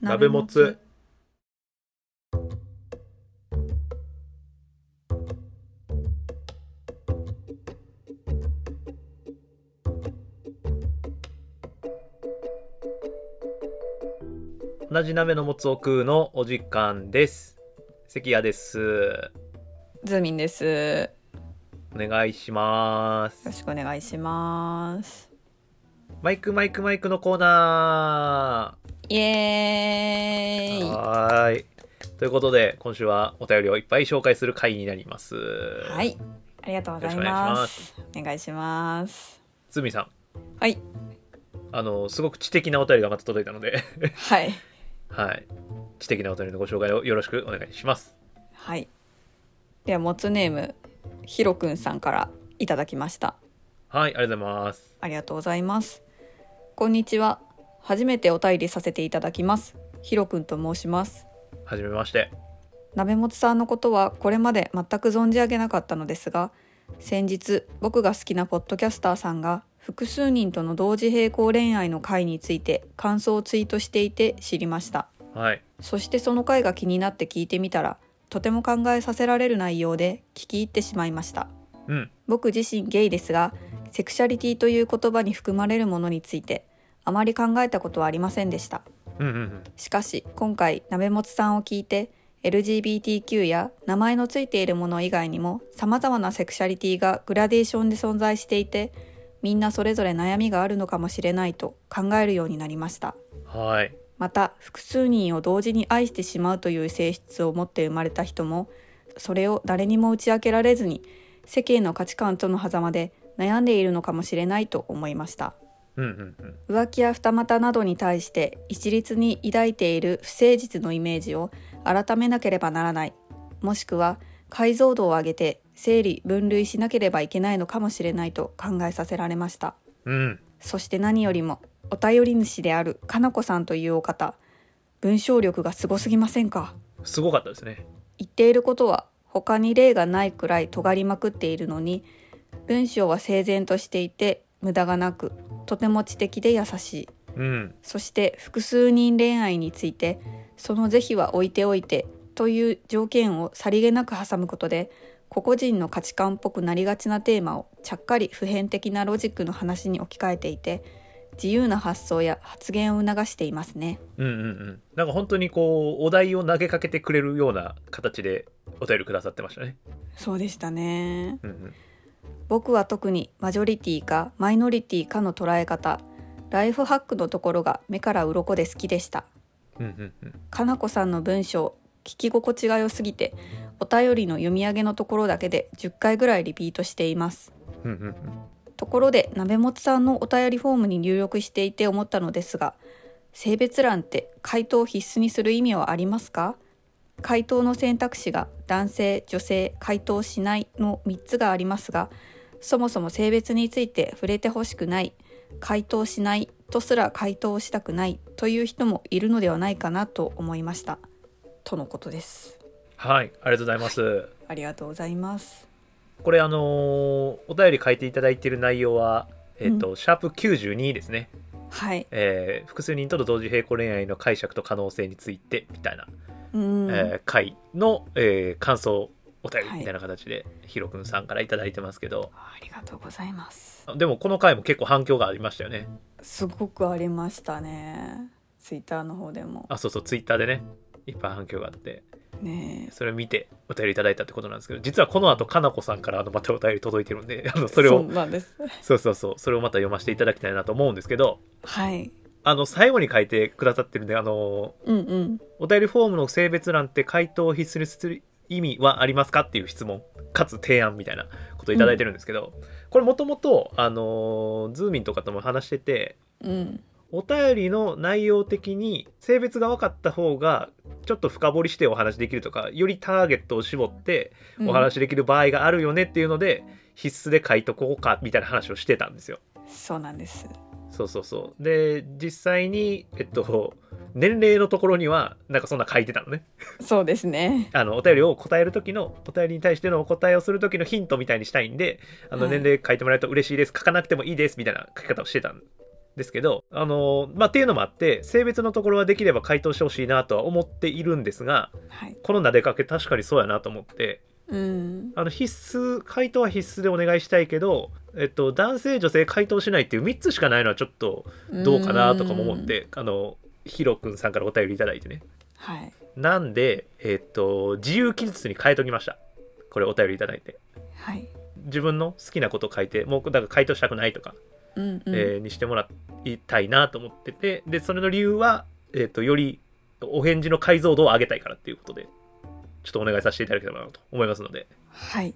鍋もつ同じ鍋のもつを食うのお時間です関谷ですズーミンですよお願いしますろしくお願いしますマイクマイクマイクのコーナイエーーはーいということで今週はお便りをいっぱい紹介する回になりますイはいありがとうございますお願いしますズミさんはいあのすごく知的なお便りがまた届いたので はいはい知的なお便りのご紹介をよろしくお願いしますはいではもつネームひろくんさんからいただきましたはいありがとうございますありがとうございますこんにちは初めてお便りさせていただきますひろくんと申しますはじめまして鍋本さんのことはこれまで全く存じ上げなかったのですが先日僕が好きなポッドキャスターさんが複数人との同時並行恋愛の回について感想をツイートしていて知りましたはいそしてその回が気になって聞いてみたらとても考えさせられる内容で聞き入ってしまいましたうん僕自身ゲイですがセクシャリティという言葉に含まれるものについてあまり考えたことはありませんでしたうんうんうんしかし今回鍋もつさんを聞いて LGBTQ や名前のついているもの以外にも様々なセクシャリティがグラデーションで存在していてみんなそれぞれ悩みがあるのかもしれないと考えるようになりましたはいまた複数人を同時に愛してしまうという性質を持って生まれた人もそれを誰にも打ち明けられずに世間の価値観との狭間で悩んでいるのかもしれないと思いましたうんうんうん浮気や二股などに対して一律に抱いている不誠実のイメージを改めなければならないもしくは解像度を上げて整理分類しなければいけないのかもしれないと考えさせられましたうんそして何よりもお便り主であるかなこさんというお方文章力がすごすぎませんかすごかったですね言っていることは他に例がないくらい尖りまくっているのに文章は整然としていて無駄がなくとても知的で優しいうんそして複数人恋愛についてその是非は置いておいてという条件をさりげなく挟むことで個々人の価値観っぽくなりがちなテーマをちゃっかり普遍的なロジックの話に置き換えていて自由な発想や発言を促していますね。うんうんうんなんか本当にこうお題を投げかけてくれるような形でお便りくださってましたねそうでしたねうんうん僕は特にマジョリティかマイノリティかの捉え方ライフハックのところが目から鱗で好きでした。うんうんうんかなこさんの文章聞き心地が良すぎてお便りの読み上げのところだけで10回ぐらいリピートしていますうんうんうんところで鍋もつさんのお便りフォームに入力していて思ったのですが性別欄って回答を必須にする意味はありますか回答の選択肢が男性女性回答しないの3つがありますがそもそも性別について触れてほしくない回答しないとすら回答をしたくないという人もいるのではないかなと思いましたとのことですはいありがとうございますありがとうございますこれあのーお便り書いていただいている内容はえっ、と、シャープ92ですねはいえー複数人との同時並行恋愛の解釈と可能性についてみたいな、うん、えー回の、えー感想お便はりいみたいな形で、ヒロくんさんから頂いてますけどありがとうございますでもこの回も結構反響がありましたよねすごくありましたねツイッターの方でもあそうそうツイッターでねいっぱい反響があってねそれを見てお便り頂いたってことなんですけど実はこの後かなこさんからあのまたお便り届いてるんであのそれをうなんですそうそうそうそれをまた読ませていただきたいなと思うんですけどはいあの最後に書いてくださってるんであのーうんうんお便りフォームの性別欄って回答を必須にする意味はありますかっていう質問かつ提案みたいなことをいただいてるんですけど、これもともとあのーズーミンとかとも話しててうんお便りの内容的に性別が分かった方がちょっと深掘りしてお話できるとかよりターゲットを絞ってお話できる場合があるよねっていうので、必須で書いとこうかみたいな話をしてたんですよ。うんそうなんですそうそうそうで実際に、えっと、年齢のところにはなんかそんな書いてたのね。そうですねあのお便りを答える時のお便りに対してのお答えをする時のヒントみたいにしたいんであのはい年齢書いてもらえると嬉しいです、書かなくてもいいですみたいな書き方をしてたんですけど、あのまあ、っていうのもあって性別のところはできれば回答してほしいなとは思っているんですがはい。この撫でかけ確かにそうやなと思ってうん。あの必須回答は必須でお願いしたいけど、えっと、男性女性回答しないっていう3つしかないのはちょっとどうかなとかも思っうん。てあのヒロ君さんからお便りいただいてねはい。なんなんで、えっと、自由記述に変えときましたこれお便りいただいてはい。自分の好きなこと書いてもうだから回答したくないとかうん、うん。えーにしてもらいたいなと思っててでそれの理由は、えー、とよりお返事の解像度を上げたいからっていうことでちょっとお願いさせていただければなと思いますので、はい。はい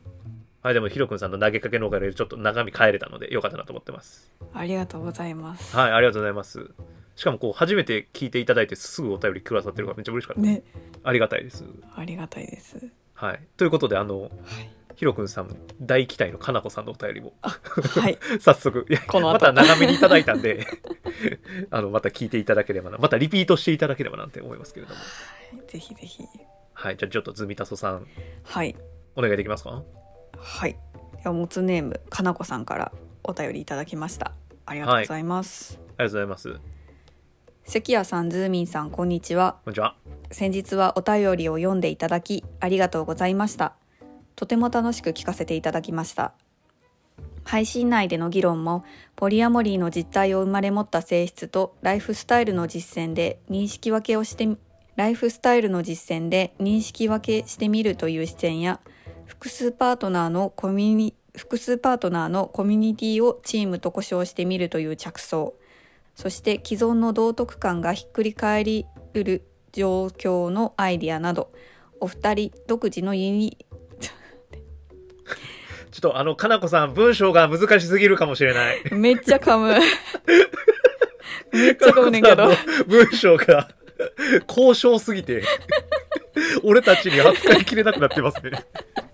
はい、でもひろくんさんの投げかけのおかげでちょっと中身変えれたのでよかったなと思ってますありがとうございます。はいありがとうございますしかもこう初めて聞いていただいてすぐお便りくださってるからめっちゃ嬉しかった、ね、ありがたいですありがたいです。はいということであのはい。ひろくんさん大期待のかなこさんのお便りもはい。早速いやこの後また長めにいただいたんで あのまた聞いていただければなまたリピートしていただければなんて思いますけれどもぜひぜひ。はいじゃあちょっとズミタソさんはい。お願いできますかはい。では、もつネーム、かなこさんからお便りいただきました。ありがとうございます。ありがとうございますこん関谷さん、ズーミンさん、こんにちは。にちは先日はお便りを読んでいただきありがとうございましたとても楽しく聞かせていただきました配信内での議論もポリアモリーの実態を生まれ持った性質とライフスタイルの実践で認識分けをしてみライフスタイルの実践で認識分けしてみるという視点や複数パートナーのコミュニ複数パートナーのコミュニティをチームと呼称してみるという着想そして既存の道徳観がひっくり返りうる状況のアイディアなどお二人独自のユニちょっとあのかなこさん文章が難しすぎるかもしれないめっちゃ噛む めっちゃ噛むねんけかどなこさんの文章が高尚すぎて 俺たちに扱いきれなくなってますね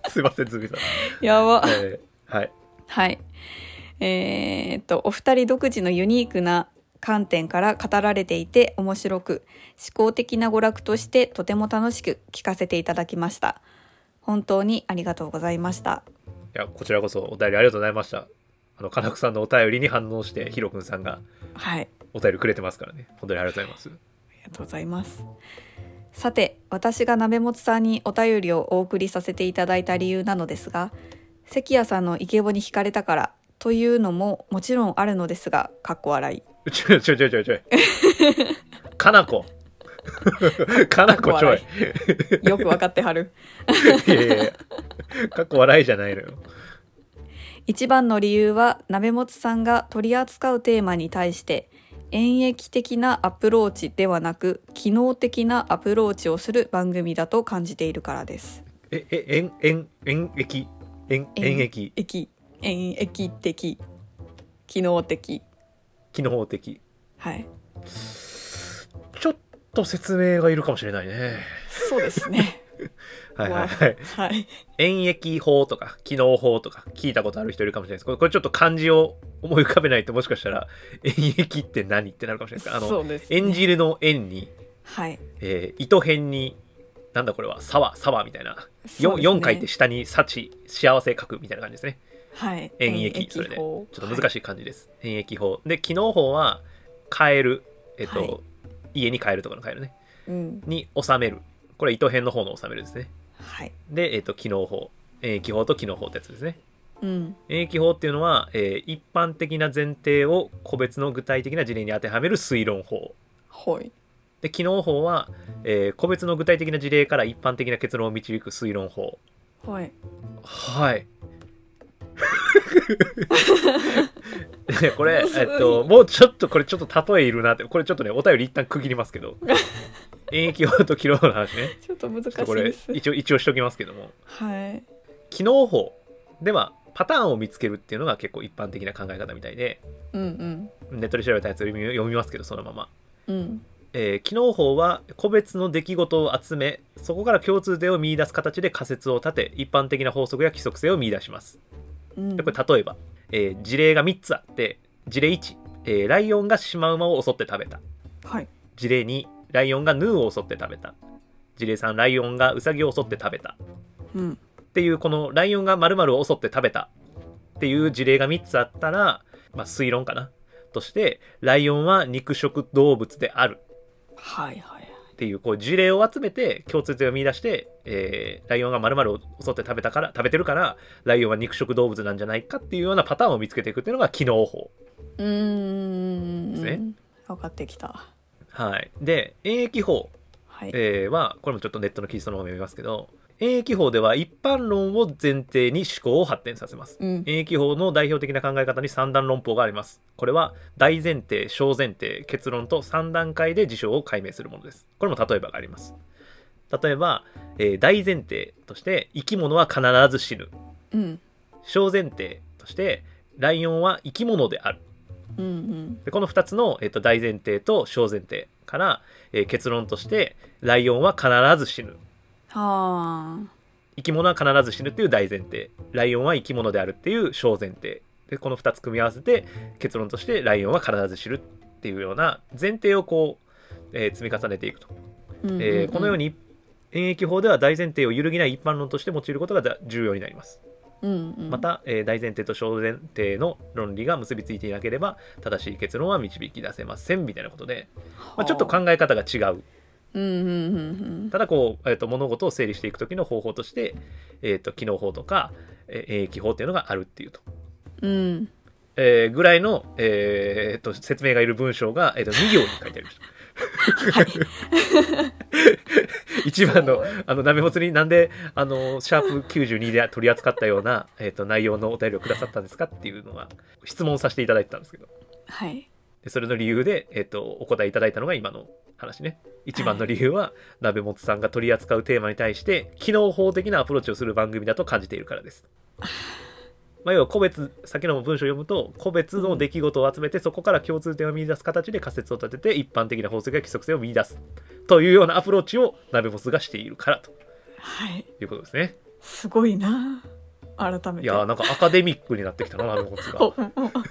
すいませんズミタやばさん、えーはいはいえーっとお二人独自のユニークな観点から語られていて面白く思考的な娯楽としてとても楽しく聞かせていただきました本当にありがとうございましたいやこちらこそお便りありがとうございましたあのかなこさんのお便りに反応してひろくんさんがはいお便りくれてますからね本当にありがとうございますありがとうございます。さて、私が鍋本さんにお便りをお送りさせていただいた理由なのですが、関谷さんのイケボに惹かれたからというのももちろんあるのですが、かっこ笑い。ちょいちょいちょいちょい ちょいかなこかなこちょいよくわかってはる。 いやいやいやかっこ笑いじゃないのよ一番の理由は、鍋本さんが取り扱うテーマに対して、演疫的なアプローチではなく、機能的なアプローチをする番組だと感じているからです。えええんえんえんえきえんえんえき疫、演疫的、機能的。機能的はい。ちょっと説明がいるかもしれないねそうですね。はいはいはいはい。演疫法とか機能法とか聞いたことある人いるかもしれないですこれこれちょっと漢字を思い浮かべないともしかしたら 演疫って何ってなるかもしれないですあのそうです、演。じるの演に、はい。えー糸編になんだこれは「さわ」「さわ」みたいな、そう四ですね 4, 回って下に「幸」「幸せ」書くみたいな感じですねはい。演疫それでちょ法っと難しい感じです、演疫法で機能法は「変える」えっと、はい家に帰るとかの帰るねはいうん。に収めるこれ糸編の方の収めるですねはい。で、えっと機能法演疫法と機能法ってやつですねうん。演疫法っていうのは、えー一般的な前提を個別の具体的な事例に当てはめる推論法ほい。で機能法は、えー個別の具体的な事例から一般的な結論を導く推論法ほい。はいで これむずいえっともうちょっとこれちょっと例えいるなってこれちょっとねお便り一旦区切りますけど演疫法と機能法の話ねちょっと難しちょっといこでれす。一応一応しときますけどもはい。機能法ではパターンを見つけるっていうのが結構一般的な考え方みたいでうんネットで調べたやつを読み読みますけどそのままうん。うん。えー機能法は個別の出来事を集めそこから共通点を見出す形で仮説を立て一般的な法則や規則性を見出しますうんでこれ例えば、えー事例が3つあって事例1、えーライオンがシマウマを襲って食べたはい。事例2ライオンがヌーを襲って食べた事例3ライオンがウサギを襲って食べたうん。っていうこのライオンが〇〇を襲って食べたっていう事例が3つあったら、まあ、推論かなとしてライオンは肉食動物であるはいはいっていうこう事例を集めて共通点を見出して、えーライオンが丸々を襲って食べたから食べてるからライオンは肉食動物なんじゃないかっていうようなパターンを見つけていくっていうのが機能法。うーんですね分かってきたはい、で免疫法はい、えーはこれもちょっとネットの記事そのまま読みますけど免疫法では一般論を前提に思考を発展させますうん免疫法の代表的な考え方に三段論法がありますこれは大前提小前提結論と3段階で事象を解明するものですこれも例えばがあります例えば、えー大前提として生き物は必ず死ぬうん小前提としてライオンは生き物であるうんうんでこの2つの、えっと大前提と小前提から、えー結論としてライオンは必ず死ぬはあ生き物は必ず死ぬっていう大前提ライオンは生き物であるっていう小前提でこの2つ組み合わせて結論としてライオンは必ず死ぬっていうような前提をこう、えー積み重ねていくと、うんうんうんえーこのように演疫法では大前提を揺るぎない一般論として用いることがだ重要になりますうんうんまた、えー大前提と小前提の論理が結びついていなければ正しい結論は導き出せませんみたいなことで、まあ、ちょっと考え方が違ううんうんうんただこう、えー、と物事を整理していく時の方法として、えー、と機能法とか、えー、益法っていうのがあるっていうと、うんうんえーぐらいの、えーと説明がいる文章が、えー、と2行に書いてありましたはい一番のあのなめもつになんであのシャープ92で取り扱ったような、えー、と内容のお便りをくださったんですかっていうのは質問させていただいてたんですけどはいでそれの理由で、えっとお答えいただいたのが今の話ね一番の理由は鍋本さんが取り扱うテーマに対して機能法的なアプローチをする番組だと感じているからです、まあ、要は個別先の文章を読むと個別の出来事を集めてそこから共通点を見出す形で仮説を立てて一般的な法則や規則性を見出すというようなアプローチを鍋本がしているからとはいいうことですねすごいな改めていやーなんかアカデミックになってきたな鍋本 おがほんほんほん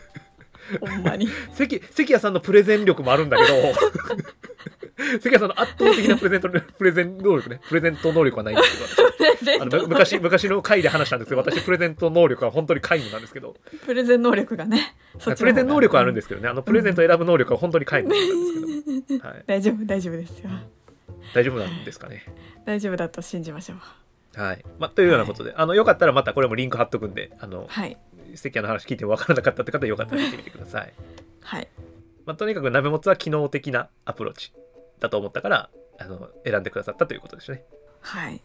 まに関関谷さんのプレゼン力もあるんだけど 関谷さんの圧倒的なプレゼントプレゼン能力ねプレゼント能力はないんですけど私あのむ昔昔の回で話したんですけど私プレゼント能力は本当に皆無なんですけどプレゼン能力がねそっちプレゼン能力はあるんですすけどねあのプレゼントを選ぶ能力は本当に皆無なんですけど、はい、大丈夫大丈夫ですよ大丈夫なんですかね大丈夫だと信じましょうはい、まあ、というようなことであのよかったらまたこれもリンク貼っとくんであのはい関谷の話聞いても分からなかったって方はよかったら見てみてくださいはいまあ、とにかく鍋もつは機能的なアプローチだと思ったからあの選んでくださったということですね。はい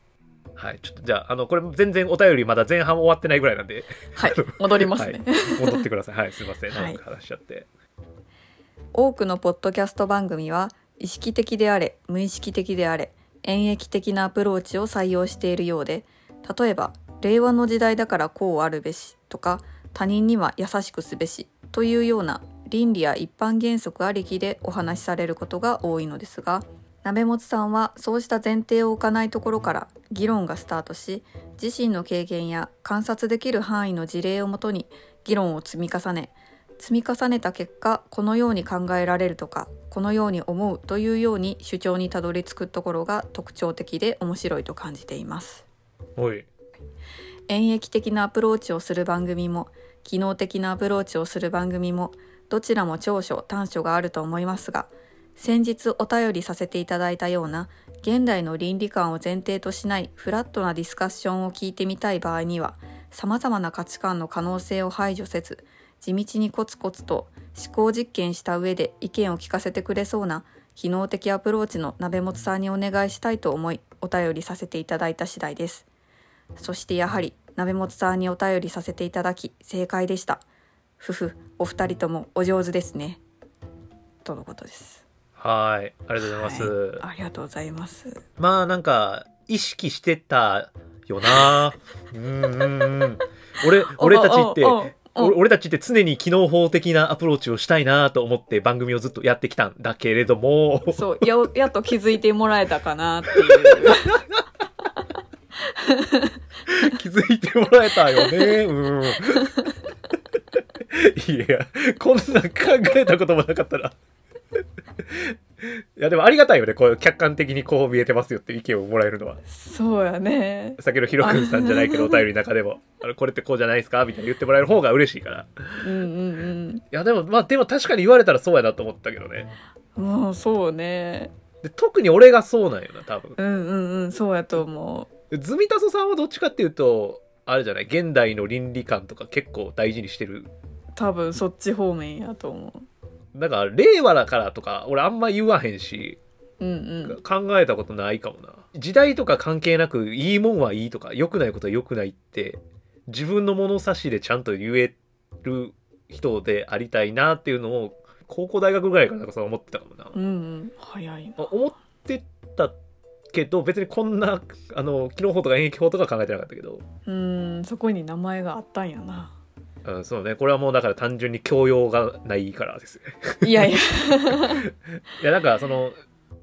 はい、ちょっとじゃああのこれ全然お便りまだ前半終わってないぐらいなんで はい戻りますね、はい、戻ってください。はい、すいません、はい長く話しちゃって。多くのポッドキャスト番組は意識的であれ無意識的であれ演疫的なアプローチを採用しているようで例えば「令和の時代だからこうあるべし」とか「他人には優しくすべし」というような倫理や一般原則ありきでお話しされることが多いのですが鍋本さんはそうした前提を置かないところから議論がスタートし自身の経験や観察できる範囲の事例をもとに議論を積み重ね積み重ねた結果このように考えられるとかこのように思うというように主張にたどり着くところが特徴的で面白いと感じていますおい、演疫的なアプローチをする番組も機能的なアプローチをする番組もどちらも長所短所があると思いますが先日お便りさせていただいたような現代の倫理観を前提としないフラットなディスカッションを聞いてみたい場合には様々な価値観の可能性を排除せず地道にコツコツと思考実験した上で意見を聞かせてくれそうな機能的アプローチの鍋本さんにお願いしたいと思いお便りさせていただいた次第です。そしてやはり鍋本さんにお便りさせていただき正解でした。ふふ、お二人ともお上手ですね。とのことです。はい、ありがとうございます。はいありがとうございます。まあなんか意識してたよな。うんうんうん。俺俺たちってお。おお俺お俺たちって常に機能法的なアプローチをしたいなと思って番組をずっとやってきたんだけれどもそうややっと気づいてもらえたかなっていう。気づいてもらえたよね。うん。いや、こんなん考えたこともなかったら。いやでもありがたいよねこう客観的にこう見えてますよって意見をもらえるのはそうやね先ほどひろくんさんじゃないけどお便りの中でもあのこれってこうじゃないですかみたいな言ってもらえる方が嬉しいからいうんうんやでもまあでも確かに言われたらそうやなと思ったけどねうんもうそうねで特に俺がそうなんよな多分うんうんうんそうやと思ズミタソさんはどっちかっていうとあれじゃない現代の倫理観とか結構大事にしてるう多分そっち方面やと思なんか令和だからとか俺あんま言わへんしううん考えたことないかもな時代とか関係なくいいもんはいいとか良くないことは良くないって自分の物差しでちゃんと言える人でありたいなっていうのを高校大学ぐらいからなんかそう思ってたかもな、うんうんうん早いなまあ思ってたけど別にこんなあの機能法とか演疫法とか考えてなかったけど、うんそこに名前があったんやなうん、そうねこれはもうだから単純に教養がないからですねいやいやいやなんかそのい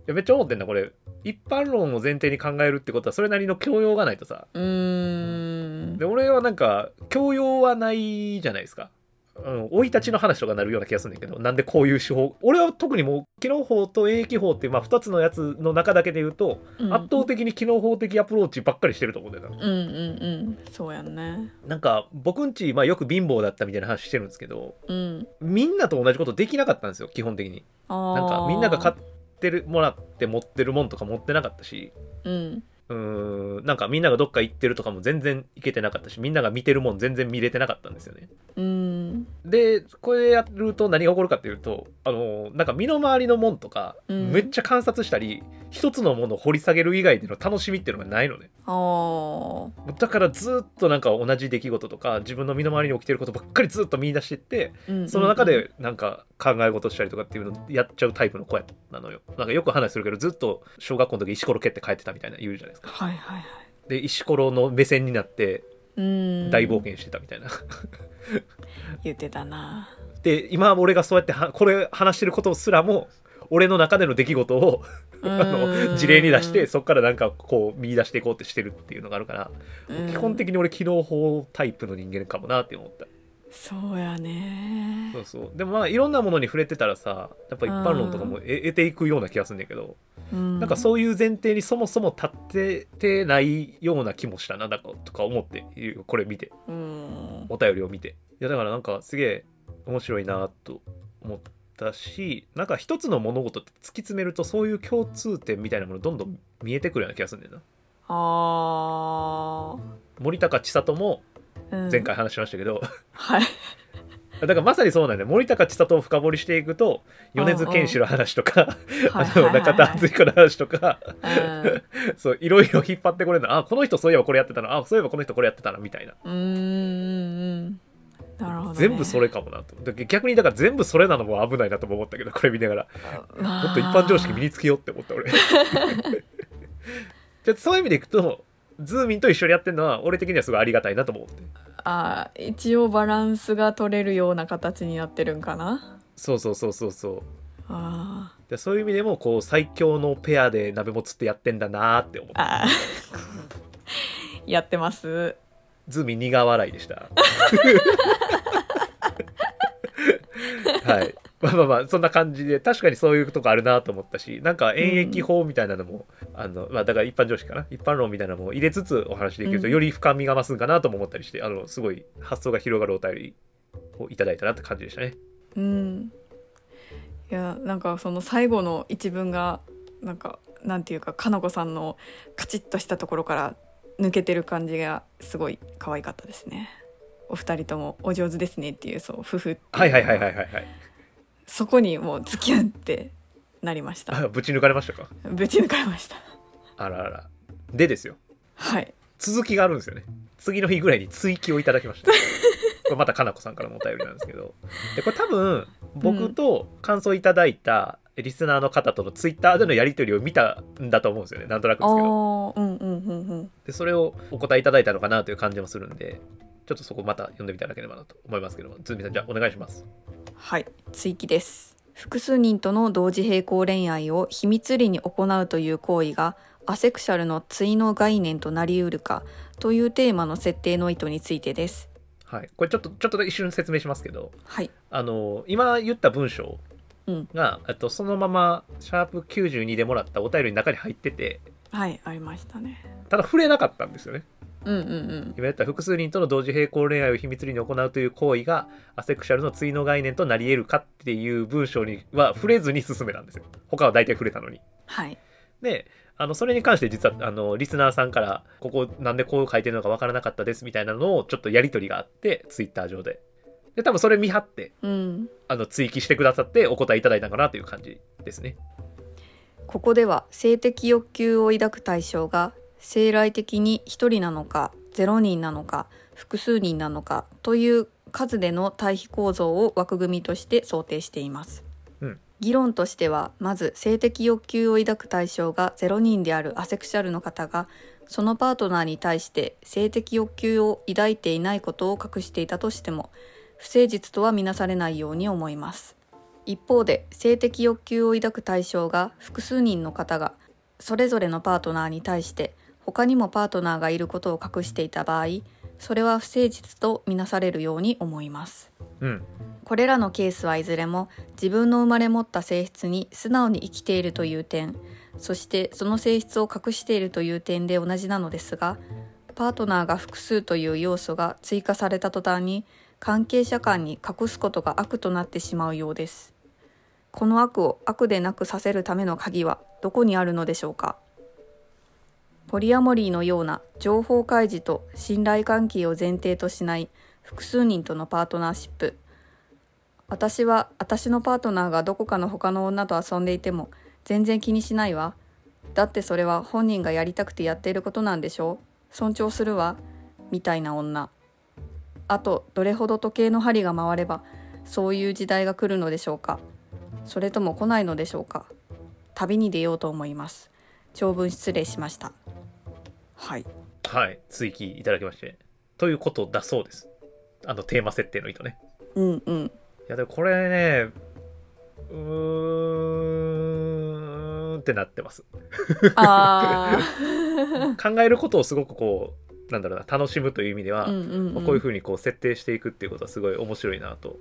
やめっちゃ思ってんだこれ一般論を前提に考えるってことはそれなりの教養がないとさうんで俺はなんか教養はないじゃないですか生、うん、生い立ちの話とかなるような気がするんだけどなんでこういう手法俺は特にもう機能法と演疫法っていう、まあ、2つのやつの中だけで言うと、圧倒的に機能法的アプローチばっかりしてると思うんだよなうんうんうんそうやんねなんか僕んち、まあ、よく貧乏だったみたいな話してるんですけどうんみんなと同じことできなかったんですよ基本的にあなんかみんなが買勝ってるもらって持ってるもんとか持ってなかったしうんうーんなんかみんながどっか行ってるとかも全然行けてなかったしみんなが見てるもん全然見れてなかったんですよねうんでこれやると何が起こるかっていうとあのなんか身の回りのもんとか、うんめっちゃ観察したり一つのものを掘り下げる以外での楽しみっていうのがないのねあーだからずっとなんか同じ出来事とか自分の身の回りに起きてることばっかりずっと見出してってうんうんその中でなんか考え事したりとかっていうのやっちゃうタイプの子やなのよなんかよく話するけどずっと小学校の時石ころ蹴って帰ってたみたいな言うじゃないですかはいはいはいで石ころの目線になってうん大冒険してたみたいな、 言ってたなで今俺がそうやってはこれ話してることすらも俺の中での出来事をあの事例に出してそっからなんかこう見出していこうってしてるっていうのがあるから基本に的に俺機能法タイプの人間かもなって思ったそうやねそうそうでもまあいろんなものに触れてたらさやっぱ一般論とかもえ得ていくような気がするんだけどななんかそういう前提にそもそも立っててないような気もしたなだかとか思ってこれ見てうんお便りを見ていやだからなんかすげえ面白いなと思ったしなんか一つの物事って突き詰めるとそういう共通点みたいなものどんどん見えてくるような気がするんだよなあ森高千里もーうん前回話しましたけど、 はいだからまさにそうなんだよ森高千里を深掘りしていくと米津玄師の話と かはあいはいのはい中田敦彦の話とか うんそういろいろ引っ張ってこれるのあこの人そういえばこれやってたなあそういえばこの人これやってたなみたいなうーんなるほど、ね、全部それかもなとだから逆にだから全部それなのも危ないなとも思ったけどこれ見ながらまあもっと一般常識身につけようって思った 俺じゃあそういう意味でいくとズーミンと一緒にやってるのは俺的にはすごいありがたいなと思ってあー一応バランスが取れるような形になってるんかなそうそうそうそうそうあーでそういう意味でもこう最強のペアで鍋もつってやってんだなーって思ってあー やってますズーミン苦笑いでしたはいまあまあまあそんな感じで確かにそういうとこあるなと思ったしなんか演疫法みたいなのも、あのまあだから一般常識かな一般論みたいなのも入れつつお話できるとうんより深みが増すんかなとも思ったりして、あのすごい発想が広がるお便りをいただいたなって感じでしたねうんいやなんかその最後の一文がなんかなんていうかかなこさんのカチッとしたところから抜けてる感じがすごい可愛かったですねお二人ともお上手ですねっていうそう夫婦はいはいはいはいはいはいそこにもう付き合ってなりましたあぶち抜かれましたかぶち抜かれましたあらあらでですよはい続きがあるんですよね次の日ぐらいに追記をいただきました これまたかなこさんからのお便りなんですけどでこれ多分僕と感想いただいたリスナーの方とのツイッターでのやり取りを見たんだと思うんですよねなんとなくであすけどーうんうんうんうんでそれをお答えいただいたのかなという感じもするんでちょっとそこまた読んでみただければなと思いますけどもズミさんじゃあお願いしますはい追記です複数人との同時並行恋愛を秘密裏に行うという行為がアセクシャルの対の概念となりうるかというテーマの設定の意図についてですはいこれちょっとちょっと一瞬説明しますけどはいあの今言った文章うんが、えっと、そのままシャープ92でもらったお便りの中に入っててはいありましたねただ触れなかったんですよねうんうんうん今やった複数人との同時並行恋愛を秘密裏に行うという行為がアセクシャルの対の概念となり得るかっていう文章には触れずに進めたんですよ他は大体触れたのにはいであのそれに関して実はあのリスナーさんからここなんでこう書いてるのかわからなかったですみたいなのをちょっとやり取りがあってツイッター上でで多分それ見張ってうんあの追記してくださってお答えいただいたかなという感じですねここでは性的欲求を抱く対象が生来的に1人なのか0人なのか複数人なのかという数での対比構造を枠組みとして想定しています、うん議論としてはまず性的欲求を抱く対象が0人であるアセクシャルの方がそのパートナーに対して性的欲求を抱いていないことを隠していたとしても不誠実とは見なされないように思います一方で性的欲求を抱く対象が複数人の方がそれぞれのパートナーに対して他にもパートナーがいることを隠していた場合それは不誠実とみなされるように思いますうんこれらのケースはいずれも自分の生まれ持った性質に素直に生きているという点そしてその性質を隠しているという点で同じなのですがパートナーが複数という要素が追加された途端に関係者間に隠すことが悪となってしまうようですこの悪を悪でなくさせるための鍵はどこにあるのでしょうかポリアモリーのような情報開示と信頼関係を前提としない複数人とのパートナーシップ私は私のパートナーがどこかの他の女と遊んでいても全然気にしないわだってそれは本人がやりたくてやっていることなんでしょう尊重するわみたいな女あとどれほど時計の針が回ればそういう時代が来るのでしょうかそれとも来ないのでしょうか旅に出ようと思います長文失礼しましたはいはい追記いただきましてということだそうですあのテーマ設定の意図ねうん うんいやでもこれねうーんってなってますあ 考えることをすごくこうなんだろうな楽しむという意味では、あうんうん、まあこういうふうにこう設定していくっていうことはすごい面白いなと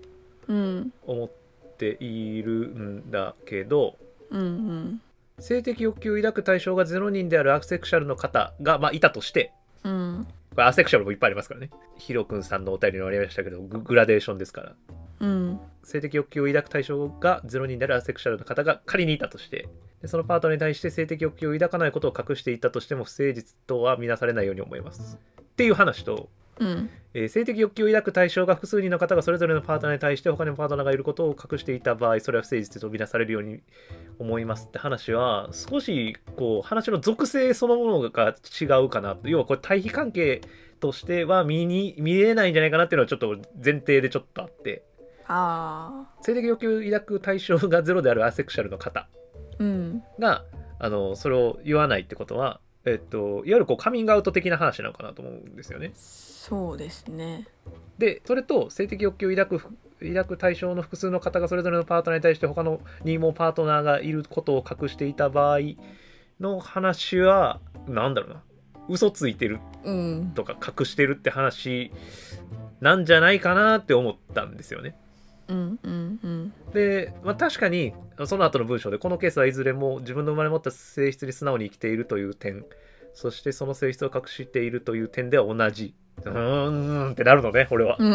うん思っているんだけどうんうん性的欲求を抱く対象が0人であるアセクシャルの方が、まあ、いたとしてうんこれアセクシャルもいっぱいありますからねヒロ君さんのお便りにもありましたけどググラデーションですからうん性的欲求を抱く対象が0人であるアセクシャルの方が仮にいたとしてでそのパートナーに対して性的欲求を抱かないことを隠していたとしても不誠実とは見なされないように思いますっていう話と、うんえー性的欲求を抱く対象が複数人の方がそれぞれのパートナーに対して他にもパートナーがいることを隠していた場合それは不誠実と見なされるように思いますって話は少しこう話の属性そのものが違うかな要はこれ対比関係としては見に見えないんじゃないかなっていうのはちょっと前提でちょっとあって。あ性的欲求を抱く対象がゼロであるアセクシャルの方あうんがあのそれを言わないってことは、えっと、いわゆるこうカミングアウト的な話なのかなと思うんですよね。そうですねでそれと性的欲求を抱く抱く対象の複数の方がそれぞれのパートナーに対して他のにもパートナーがいることを隠していた場合の話はなんだろうな嘘ついてるうんとか隠してるって話なんじゃないかなって思ったんですよね。うんうんうんで、まあ、確かにその後の文章でこのケースはいずれも自分の生まれ持った性質に素直に生きているという点そしてその性質を隠しているという点では同じうーんってなるのね俺は。う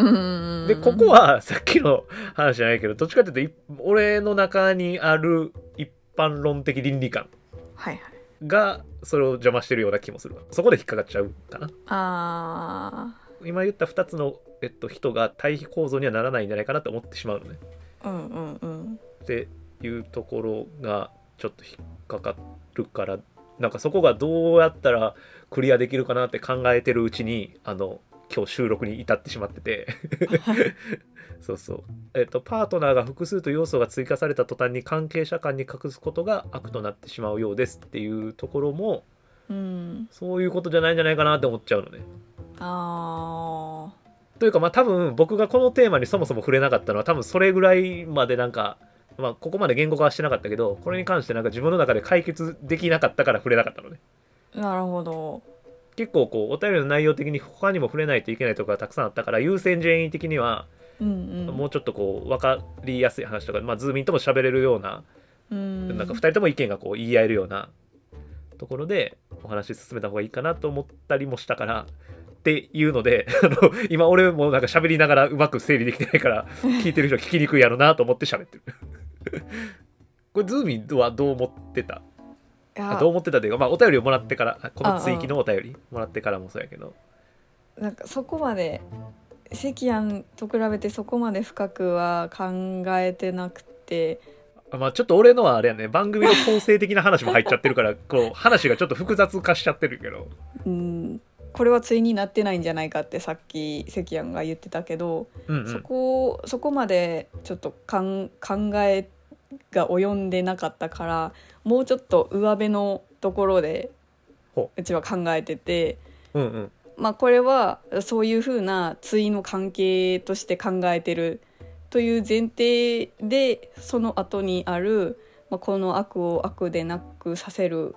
んでここはさっきの話じゃないけどどっちかっていうとい俺の中にある一般論的倫理観はいはいがそれを邪魔してるような気もするわそこで引っかかっちゃうかな。あ今言った2つの、えっと、人が対比構造にはならないんじゃないかなと思ってしまうのね。あうんうんうんっていうところがちょっと引っかかるからなんかそこがどうやったらクリアできるかなって考えてるうちにあの今日収録に至ってしまっててそうそう、えっとパートナーが複数と要素が追加された途端に関係者間に隠すことが悪となってしまうようですっていうところもうんそういうことじゃないんじゃないかなって思っちゃうのね。ああというかまあ多分僕がこのテーマにそもそも触れなかったのは多分それぐらいまでなんか、まあ、ここまで言語化はしてなかったけどこれに関してなんか自分の中で解決できなかったから触れなかったのねなるほど結構こうお便りの内容的に他にも触れないといけないところがたくさんあったから優先順位的にはうんうんもうちょっとこう分かりやすい話とか、まあ、ズーミンとも喋れるようなうんなんか2人とも意見がこう言い合えるようなところでお話進めた方がいいかなと思ったりもしたからっていうので あの今俺もなんか喋りながらうまく整理できてないから聞いてる人聞きにくいやろなと思って喋ってるこれズーミンはどう思ってたいやあどう思ってたというか、まあ、お便りをもらってからあこの追記のお便りもらってからもそうやけどなんかそこまで関庵と比べてそこまで深くは考えてなくてあまあちょっと俺のはあれやね番組の構成的な話も入っちゃってるからこう話がちょっと複雑化しちゃってるけどうんこれは対になってないんじゃないかってさっき関庵が言ってたけど、うんうんそこそこまでちょっとかん考えが及んでなかったからもうちょっと上辺のところでほうちは考えてて。うんうんまあ、これはそういうふうな対の関係として考えてるという前提でその後にある、まあ、この悪を悪でなくさせる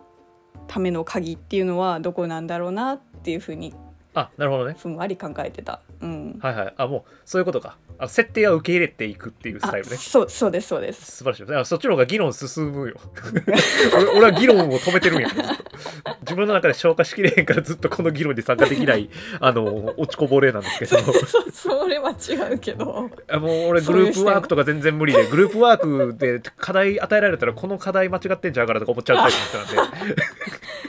ための鍵っていうのはどこなんだろうなっていうふうにあなるほどねふんわり考えてた。うんはいはいあもうそういうことかあ設定は受け入れていくっていうスタイルねあそうそうですそうです素晴らしいあそっちの方が議論進むよ俺俺は議論を止めてるんやけどずっと自分の中で消化しきれへんからずっとこの議論に参加できないあの落ちこぼれなんですけどそそれは違うけど あもう俺グループワークとか全然無理でグループワークで課題与えられたらこの課題間違ってんちゃうからとか思っちゃうタイプの人なんで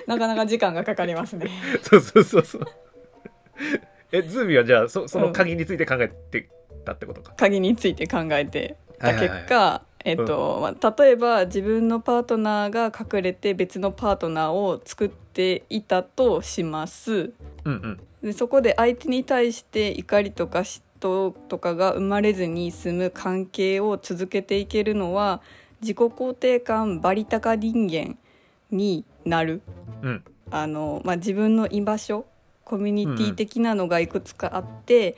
なかなか時間がかかりますね。 そうそうそうそう。え、ズーミーはじゃあそその鍵について考えてたってことか。鍵について考えてた結はいはい果、えっとまあ、例えば自分のパートナーが隠れて別のパートナーを作っていたとしますうんうん。でそこで相手に対して怒りとか嫉妬とかが生まれずに済む関係を続けていけるのは自己肯定感バリ高人間になるうんあの、まあ、自分の居場所コミュニティ的なのがいくつかあって、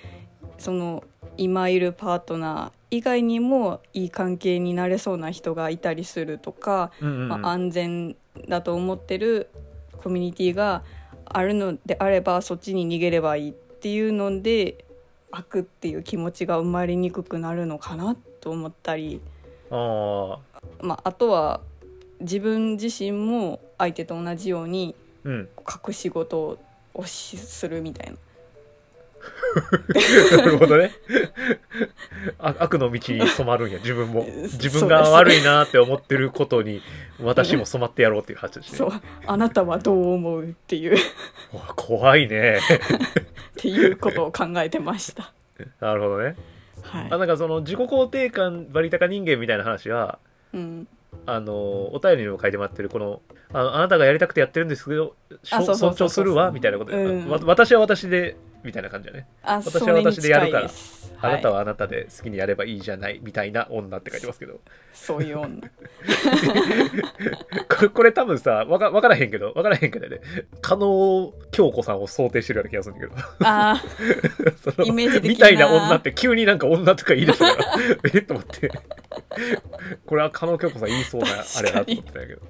その今いるパートナー以外にもいい関係になれそうな人がいたりするとか、うんうんうん、まあ、安全だと思ってるコミュニティがあるのであればそっちに逃げればいいっていうので悪っていう気持ちが生まれにくくなるのかなと思ったり、ああ。まあ、あとは自分自身も相手と同じようにうん。隠し事をしするみたいななるほどね。あ悪の道に染まるんや、自分も。自分が悪いなって思ってることに、私も染まってやろうっていう話ですそねう。あなたはどう思うっていう っうわ怖いね。 ていうことを考えてましたなるほどね。はいあ、なんかその自己肯定感バリ高人間みたいな話は、うん、あのお便りにも書いてもらってるこのあのあなたがやりたくてやってるんですけどしょあそうそうそうそう尊重するわみたいなことで、うんわ私は私でみたいな感じだね、あ私はそれに私でやるか近いらですあなたははあなたで好きにやればいいじゃないみたいな女って書いてますけどい、そういう女これ これ多分さわかわからへんけどわからへんけどね加納京子さんを想定してるような気がするんだあけど そのイメージできるなみたいな女って急になんか女とか言い出したから えっと思ってこれは加納京子さん言いそうなあれだなと思ってたんやけどー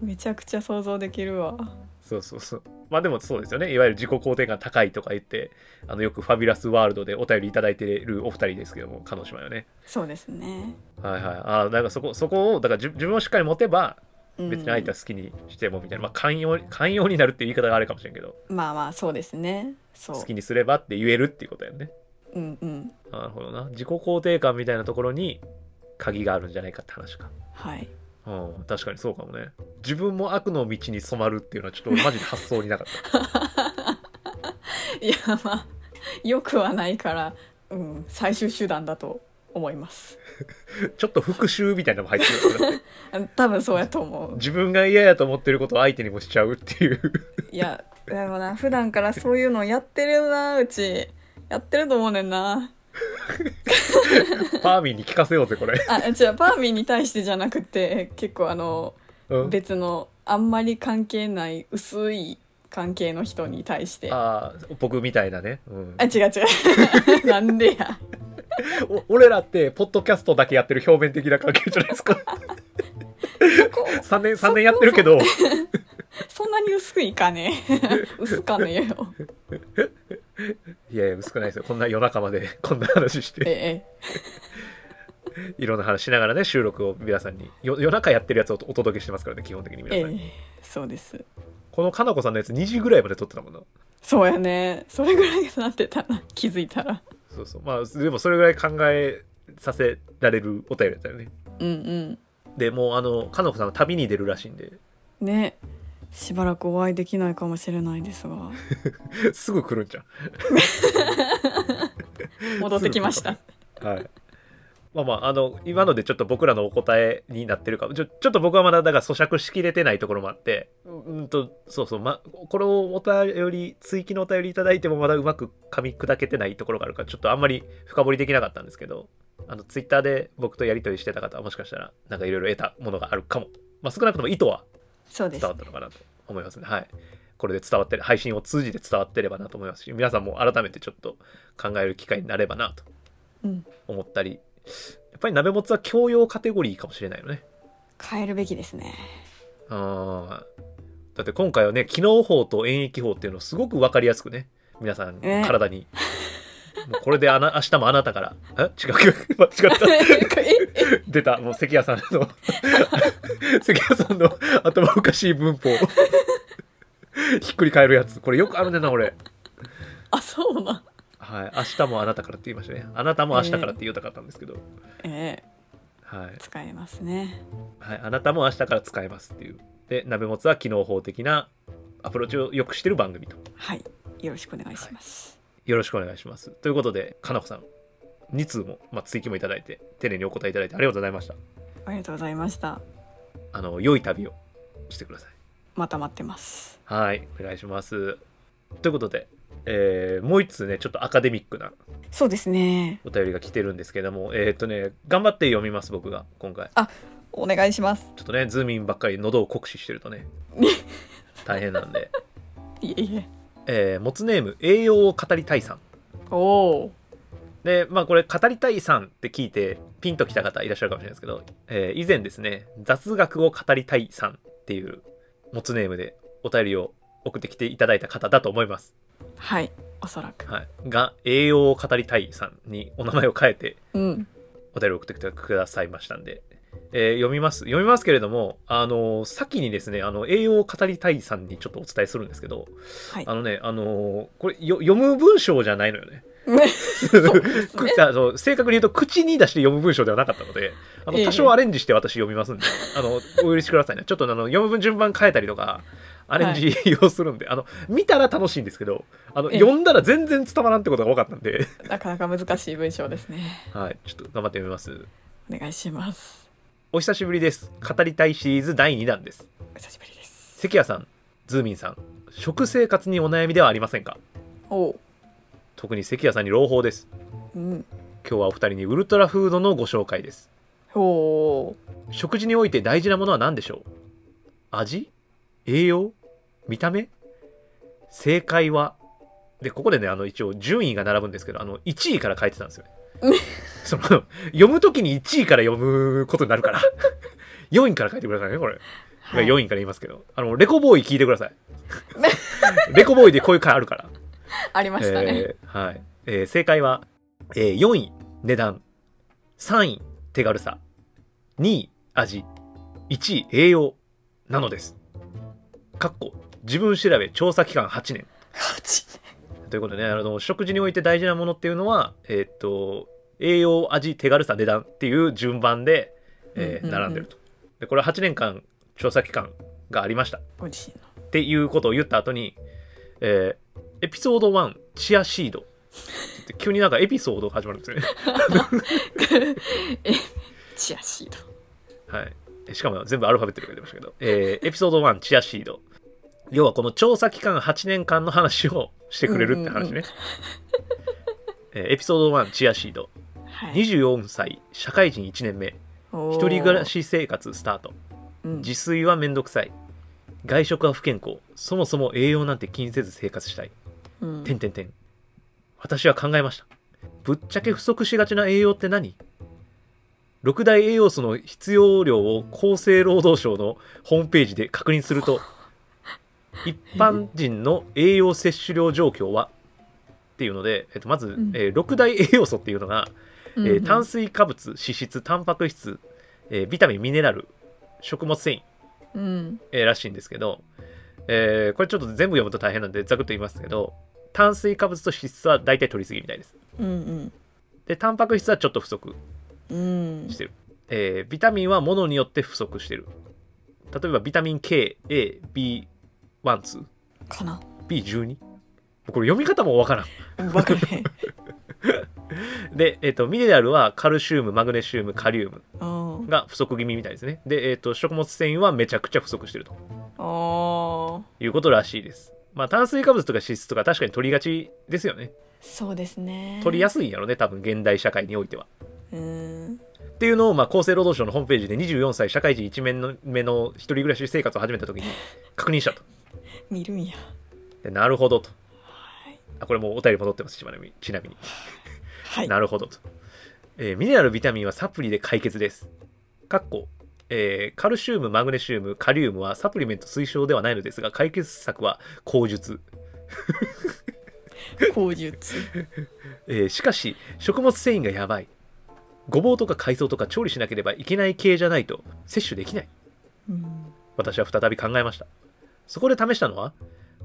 めちゃくちゃ想像できるわそうそうそう。まあでもそうですよね。いわゆる自己肯定感高いとか言って、あのよくファビュラスワールドでお便りいただいてるお二人ですけども、彼女はね。そうですね、はいはい。ああ、なんかそこ、そこを、だからじ自分をしっかり持てば、うん別に相手は好きにしてもみたいな、まあ寛容、寛容になるっていう言い方があるかもしれんけど、まあまあそうですねそう好きにすればって言えるっていうことやね。うんうんなるほどな。自己肯定感みたいなところに鍵があるんじゃないかって話か。はい うん、確かにそうかもね。自分も悪の道に染まるっていうのはちょっとマジで発想になかった。 いやまあよくはないから、うん、最終手段だと思いますちょっと復讐みたいなのも入ってるよ ね。あ多分そうやと思 う自分が嫌やと思ってることを相手にもしちゃうっていういやでもな普段からそういうのやってるなうちやってると思うねんなパーミンに聞かせようぜこれ、あ違うパーミーに対してじゃなくて結構あのうん、別のあんまり関係ない薄い関係の人に対してああー僕みたいなね、うん、違う違 うなんでやお俺らってポッドキャストだけやってる表面的な関係じゃないですかそ こ3年3年やってるけど そんなに薄いかね薄かねよいやいや少ないですよこんな夜中までこんな話してえいろんな話しながらね収録を皆さんによ夜中やってるやつをお届けしてますからね基本的にえ皆えさんに、えそうですこのかなこさんのやつ2時ぐらいまで撮ってたもんなそうやねそれぐらいに なってたな気づいたらそうそうまあでもそれぐらい考えさせられるお便りだったよねうんでもうあのかのこさんは旅に出るらしいんでうんねしばらくお会いできないかもしれないです がすぐ来るんじゃ戻ってきましたんはいまあまああの今のでちょっと僕らのお答えになってるかちょちょっと僕はまだだから咀嚼しきれてないところもあってううんとそうそう、ま、これをお便り追記のお便りいただいてもまだうまく噛み砕けてないところがあるからちょっとあんまり深掘りできなかったんですけどあのツイッターで僕とやり取りしてた方はもしかしたらなんかいろいろ得たものがあるかも、まあ、少なくとも意図はそうで伝すわったのかなと思いますね。はい。これで伝わってる、配信を通じて伝わってればなと思いますし、皆さんも改めてちょっと考える機会になればなとうん思ったり、やっぱり鍋もつは教養カテゴリーかもしれないよね。変えるべきです ねあーだって今回はね、機能法と演疫法っていうのをすごく分かりやすくね、皆さんね体に。もうこれであな明日もあなたから、え違う、間違った。出たもう関谷さんの 関谷さんの頭おかしい文法ひっくり返るやつこれよくあるねんな俺あそうなはい明日もあなたからって言いましたねあなたも明日からって言うたかったんですけど、ええはい、使えますねはい、あなたも明日から使えますっていうで鍋もつは機能法的なアプローチをよくしてる番組とはいよろしくお願いします、よろしくお願いしますということでかなこさん2通も、まあ、追記もいただいて丁寧にお答えいただいてありがとうございましたありがとうございましたあの良い旅をしてくださいまた待ってますはい、お願いします。ということで、えーもう一つね、ちょっとアカデミックなそうですねお便りが来てるんですけども、えーっとね、頑張って読みます、僕が、今回。お願いしますちょっとね、ズーミンばっかり喉を酷使してるとね、 大変なんで。いえいええー、モツネーム、栄養を語りたいさん。おおで、まあこれ、語りたいさんって聞いて、ピンときた方いらっしゃるかもしれないですけど、えー以前ですね、雑学を語りたいさんっていう、モツネームでお便りを送ってきていただいた方だと思います。はいおそらくはい、が栄養を語りたいさんにお名前を変えてうん お便りを送ってくださいましたんで、えー読みます読みますけれどもあのー先にですねあの栄養を語りたいさんにちょっとお伝えするんですけどはいあのねあのーこれよ読む文章じゃないのよね。そうですね口 あの正確に言うと口に出して読む文章ではなかったのであのええ多少アレンジして私読みますんで、あのお許しくださいねちょっとあの読む順番変えたりとかアレンジをするんで、あの見たら楽しいんですけどあのええ読んだら全然伝わらんってことが多かったんで、なかなか難しい文章ですねはい、ちょっと頑張ってみます。お願いしますお久しぶりです。語りたいシリーズ第2弾です。お久しぶりです関谷さん、ズーミンさん、食生活にお悩みではありませんかおう特に関谷さんに朗報です。うん今日はお二人にウルトラフードのご紹介です。おお食事において大事なものは何でしょう味栄養見た目正解はで、ここでね、あの、一応順位が並ぶんですけど、あの、1位から書いてたんですよね。その、読むときに1位から読むことになるから、4位から書いてくださいね、これ。は4位から言いますけど、あの、レコボーイ聞いてください。レコボーイでこういう回あるから。ありましたね、えーはい。えー正解は、えー4位、値段。3位、手軽さ。2位、味。1位、栄養。なのです。かっこ、自分調べ調査期間8年。八ということでね、あの、食事において大事なものっていうのは、えーっと、栄養、味、手軽さ、値段っていう順番で、えーうんうんうん並んでると。で、これは8年間、調査期間がありました。ご自身のっていうことを言った後に、えーエピソード1チアシードって言って急になんかエピソードが始まるんですよね、 チアシードはい、しかも全部アルファベットで書いてましたけど、えーエピソード1チアシード要はこの調査期間8年間の話を してくれるってう話ね、んうんうんえーエピソード1チアシードはい24歳社会人1年目おー一人暮らし生活スタートうん自炊はめんどくさい外食は不健康そもそも栄養なんて気にせず生活したいうんてんてんてん。私は考えました。ぶっちゃけ不足しがちな栄養って何六大栄養素の必要量を厚生労働省のホームページで確認す ると、一般人の栄養摂取量状況は、っていうので、えっと、まず、んえー6大栄養素っていうのが、うんえうーん炭水化物脂質タンパク質、えービタミンミネラル食物繊維、うんえーらしいんですけど、えーこれちょっと全部読むと大変なんでざくっと言いますけど炭水化物と脂質は大体取りすぎみたいですうんでタンパク質はちょっと不足うんうんしてる、えービタミンはものによって不足してる例えばビタミン KAB12B12 か なこれ読み方もわからんうんわかんないで、えー、とミネラルはカルシウムマグネシウムカリウムうんが不足気味みたいですねで、えー、と食物繊維はめちゃくちゃ不足してるとあーいうことらしいですまあ炭水化物とか脂質とか確かに取りがちですよねそうですね取りやすすいんやろね多分現代社会においてはうんっていうのを、まあ、厚生労働省のホームページで24歳社会人1面の目の一人暮らし生活を始めた時に確認したと見るんやでなるほどといあこれもうお便り戻ってますちなみにちなみに、はいなるほどと、えーミネラルビタミンはサプリで解決ですかっこ、えーカルシウムマグネシウムカリウムはサプリメント推奨ではないのですが解決策は口述、口述えーしかし食物繊維がやばいごぼうとか海藻とか調理しなければいけない系じゃないと摂取できないうん私は再び考えましたそこで試したのは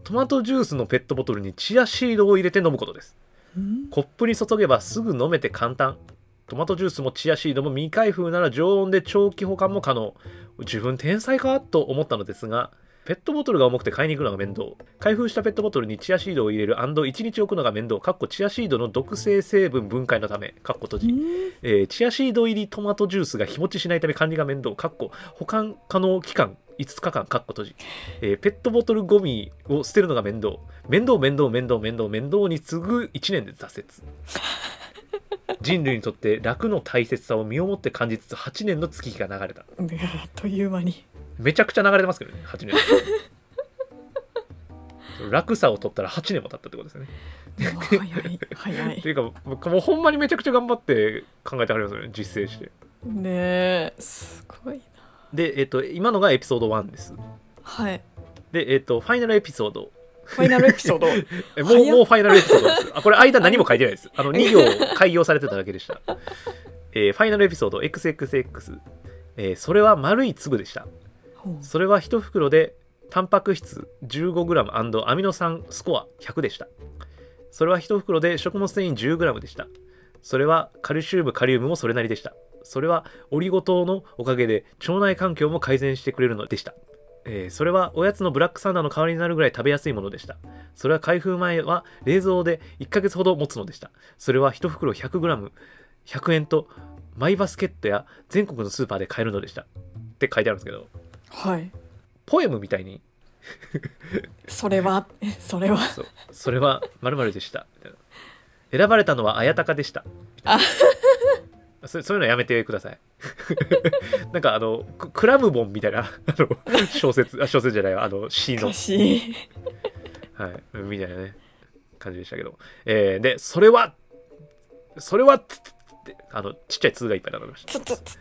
トマトジュースのペットボトルにチアシードを入れて飲むことですうんコップに注げばすぐ飲めて簡単トマトジュースもチアシードも未開封なら常温で長期保管も可能自分天才かと思ったのですがペットボトルが重くて買いに行くのが面倒開封したペットボトルにチアシードを入れる &1 日置くのが面倒かっこチアシードの毒性成分分解のためかっこ閉じえーチアシード入りトマトジュースが日持ちしないため管理が面倒かっこ保管可能期間5日間かっこ閉じ、えーペットボトルゴミを捨てるのが面倒面倒面倒面倒面倒面倒に次ぐ1年で挫折人類にとって楽の大切さを身をもって感じつつ8年の月日が流れたうわあっという間にめちゃくちゃ流れてますけどね8年楽さを取ったら8年も経ったってことですよねうわ早い早っていいうか僕もうほんまにめちゃくちゃ頑張って考えてはりますよね実践してねえすごいなで、えっと今のがエピソード1ですはいで、えっ、と、ファイナルエピソード。ファイナルエピソードえもう、早っもうファイナルエピソードです。あ、これ間何も書いてないです。あの、2行開業されてただけでした。えーファイナルエピソード XXX。えーそれは丸い粒でした。ほうそれは1袋で、タンパク質 15g& アミノ酸スコア100でした。それは1袋で食物繊維 10g でした。それはカルシウム、カリウムもそれなりでした。それはオリゴ糖のおかげで腸内環境も改善してくれるのでした。えーそれはおやつのブラックサンダーの代わりになるぐらい食べやすいものでした。それは開封前は冷蔵で1ヶ月ほど持つのでした。それは1袋 100g、100円とマイバスケットや全国のスーパーで買えるのでした。って書いてあるんですけど、はいポエムみたいにそれはそれはそうそれはまるでしたみたいな選ばれたのは綾鷹でしたあ そそういうのやめてください なんかあのククラムボンみたいなあの小説あ小説じゃないわあの詩の、難はしいい、みたいなね感じでしたけど、えーでそれはそれはつつつってあのちっちゃい「通」がいっぱい並びましたつつつつ